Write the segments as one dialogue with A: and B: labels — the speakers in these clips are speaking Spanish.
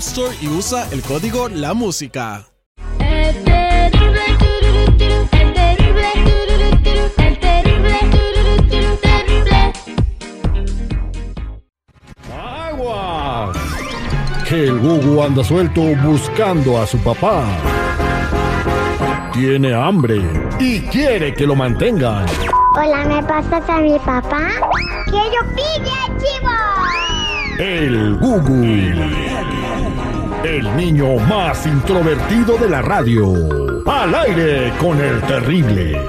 A: Store y usa el código La Música.
B: ¡Agua! Que el Gugu anda suelto buscando a su papá. Tiene hambre y quiere que lo mantengan.
C: Hola, ¿me pasas a mi papá? ¡Que yo pille, chivo!
B: El Gugu. El niño más introvertido de la radio. Al aire con el terrible.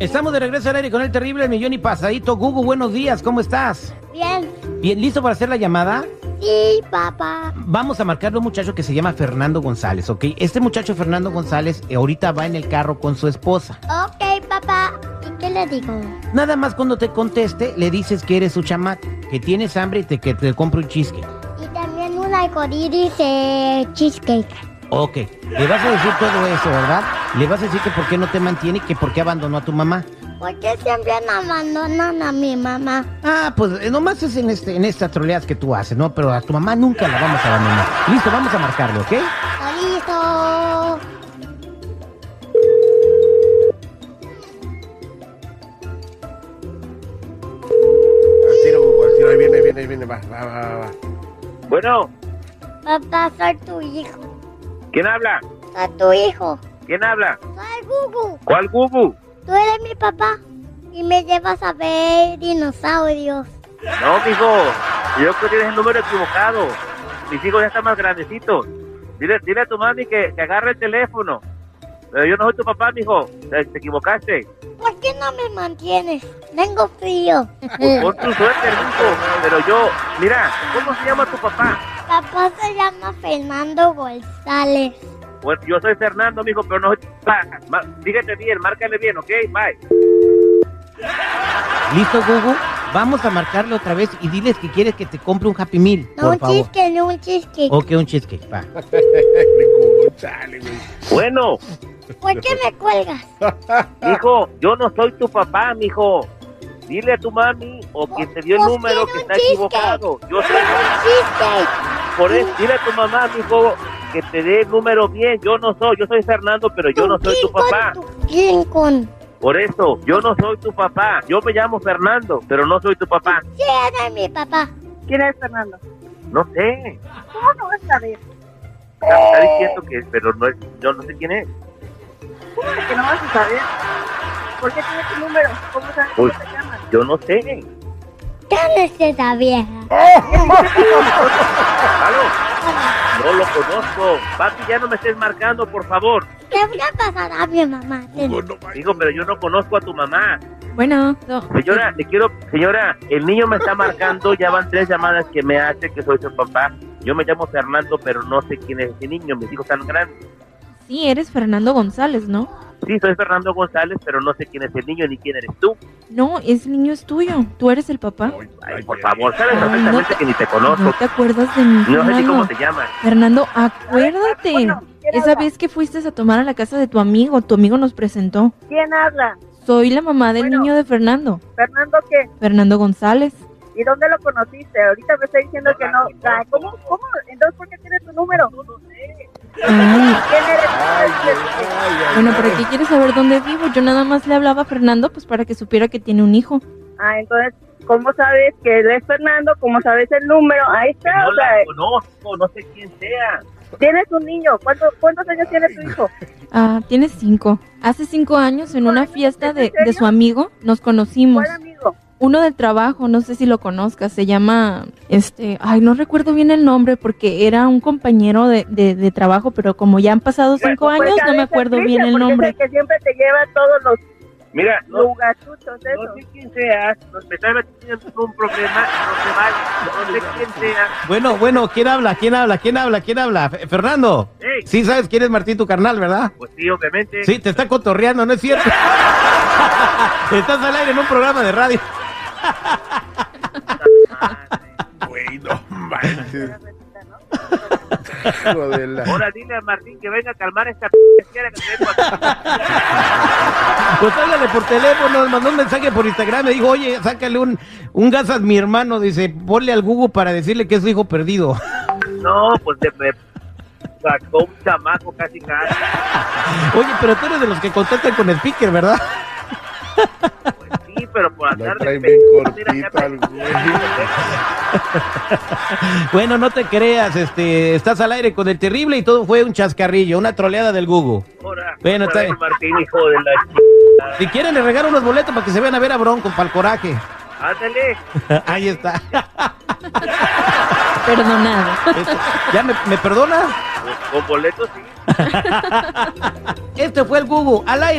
D: Estamos de regreso al aire con el terrible el millón y pasadito. Gugu, buenos días, ¿cómo estás?
C: Bien.
D: Bien, ¿listo para hacer la llamada?
C: Sí, papá.
D: Vamos a marcarle a un muchacho que se llama Fernando González, ¿ok? Este muchacho Fernando González eh, ahorita va en el carro con su esposa.
C: Ok, papá. ¿Y qué le digo?
D: Nada más cuando te conteste, le dices que eres su chamaco, que tienes hambre y te, que te compre un cheesecake.
C: Y también un algodí dice cheesecake.
D: Ok, le vas a decir todo eso, ¿verdad? Le vas a decir que por qué no te mantiene y que por qué abandonó a tu mamá.
C: ¿Por qué siempre me abandonan a mi mamá?
D: Ah, pues eh, nomás es en, este, en estas troleadas que tú haces, ¿no? Pero a tu mamá nunca la vamos a abandonar. Listo, vamos a marcarle, ¿ok?
C: ¿Está listo?
E: Al tiro, Hugo, al tiro, ahí viene, ahí viene, ahí viene, va, va, va, va.
F: Bueno,
C: Papá, soy tu hijo.
F: ¿quién habla?
C: Soy tu hijo.
F: ¿Quién habla?
C: Soy Gugu.
F: ¿Cuál Gugu?
C: Tú eres mi papá. Y me llevas a ver dinosaurios.
F: No, mijo, yo creo que tienes el número equivocado. Mis hijos ya están más grandecitos. Dile, dile a tu mami que, que agarre el teléfono. Pero yo no soy tu papá, mijo. Te, te equivocaste.
C: ¿Por qué no me mantienes? Tengo frío.
F: Pon tu suerte, mijo. Pero yo, mira, ¿cómo se llama tu papá?
C: papá se llama Fernando González.
F: Bueno, yo soy Fernando, mijo, pero no soy tu papá. Ma- Dígate bien, márcale bien, ¿ok? Bye.
D: Listo, Gugu. Vamos a marcarle otra vez y diles que quieres que te compre un Happy Meal,
C: No
D: por
C: un
D: favor.
C: chisque, no un chisque.
D: Ok, un cheesecake, va.
E: Hugo, chale, güey.
F: Bueno,
C: ¿Por qué me cuelgas?
G: Ah.
F: mijo, yo no soy tu papá, mijo. Dile a tu mami o quien te dio el
C: Pues
F: número
C: quiero
F: que
C: un
F: está
C: cheesecake.
F: equivocado. Yo soy
C: Un chisque.
F: Por eso, dile a tu mamá, mijo, que te dé el número bien. Yo no soy, yo soy Fernando, pero yo no soy tu papá.
C: King Kong.
F: Por eso, yo no soy tu papá. Yo me llamo Fernando, pero no soy tu papá.
C: Sí, eres mi papá.
G: ¿Quién es Fernando?
F: No sé.
G: ¿Cómo no vas a ver?
F: Está, está diciendo que es, pero no es, yo no sé quién es.
G: ¿Cómo de que no vas a saber? ¿Por qué tiene tu número? ¿Cómo sabes
F: Uy.
G: cómo te llamas?
F: Yo no sé.
C: ¿Quién es esa vieja?
F: ¿Aló? No lo conozco. Papi, ya no me estés marcando, por favor.
C: ¿Qué voy a pasar a mi mamá?
E: Hugo, no manches.
F: Digo, pero yo no conozco a tu mamá.
H: Bueno, no.
F: Señora, le quiero, señora, el niño me está marcando, ya van tres llamadas que me hace que soy su papá. Yo me llamo Fernando, pero no sé quién es ese niño, mis hijos están grandes.
H: sí, eres Fernando González, ¿no?
F: Sí, soy Fernando González, pero no sé quién es el niño ni quién eres tú.
H: No, ese niño es tuyo. Tú eres el papá.
E: Ay,
F: Ay,
E: ay,
F: por
E: ay,
F: favor, sabes
H: Ay,
F: perfectamente
H: no te-
F: que ni te
H: ¿No
F: conozco.
H: te acuerdas de mí,
F: No sé ni cómo
H: Fernando?
F: te llamas.
H: Fernando, acuérdate.
G: Bueno, ¿quién
H: Esa
G: habla?
H: vez que fuiste a tomar a la casa de tu amigo, tu amigo nos presentó.
G: ¿Quién habla?
H: Soy la mamá del
G: Bueno.
H: niño de Fernando,
G: ¿Fernando qué?
H: Fernando González.
G: ¿Y dónde lo conociste? Ahorita me está diciendo que no. Ah, ¿Cómo? ¿Cómo? Entonces, ¿por qué tiene tu número?
H: Ay,
G: ¿Quién eres?
E: ay, ay, ay, ay,
H: Bueno, pero ¿qué quieres saber dónde vivo? Yo nada más le hablaba a Fernando pues para que supiera que tiene un hijo.
G: Ah, entonces, ¿cómo sabes que él es Fernando? ¿Cómo sabes el número? Ahí está,
F: No
G: o sea,
F: la conozco, no sé quién sea.
G: tienes un niño. ¿Cuánto, ¿Cuántos años tiene tu hijo?
H: Ah, tiene cinco. Hace cinco años en una fiesta de, de su amigo nos conocimos.
G: ¿Cuál amigo?
H: Uno del trabajo, no sé si lo conozcas, se llama, este, ay, no recuerdo bien el nombre porque era un compañero de, de- de trabajo, pero como ya han pasado cinco
G: Pues
H: años,
G: ya
H: no me
G: ves,
H: acuerdo
G: Patricia,
H: bien el
G: porque es
H: nombre.
G: que siempre te lleva a todos los
F: Mira, no,
G: lugachuchos,
F: no
G: eso.
F: sé quién sea, no- me está metiendo en un problema, no se vale, no sé quién sea.
D: Bueno, bueno, ¿quién habla? ¿Quién habla? ¿Quién habla? ¿Quién habla? Fe- Fernando.
F: Ey.
D: Sí, sabes quién es Martín, tu carnal, ¿verdad?
F: Pues sí, obviamente.
D: Sí, te está cotorreando, ¿no es cierto? Estás al aire en un programa de radio.
B: Güey, no manches.
E: Hijo de la-
F: Ahora dile a Martín que venga a calmar esta p*** que tengo aquí.
D: Pues háblale por teléfono, nos mandó un mensaje por Instagram, me dijo, oye, sácale un, un gas a mi hermano, dice, ponle al Google para decirle que es su hijo perdido.
F: No, pues de me sacó un chamaco casi casi.
D: Oye, pero tú eres de los que contactan con el speaker, ¿verdad?
F: Pues sí, pero por
E: La
F: andar de
E: traen bien
F: p***,
E: cortita
F: mira, ya
E: al
F: me-
E: güey.
D: Bueno, no te creas, este, estás al aire con el terrible y todo fue un chascarrillo, una troleada del Google.
F: Ahora,
D: Bueno, está
F: ahora
D: bien.
F: Martín, hijo de la
D: Si quieren, le regalo unos boletos para que se vayan a ver a Bronco, para el coraje.
F: ch... Ándale.
D: Ahí está.
H: Perdonado.
D: Este, ¿Ya me, me perdonas?
F: Con- Con boletos Pues, sí.
D: Este fue el Google, al aire.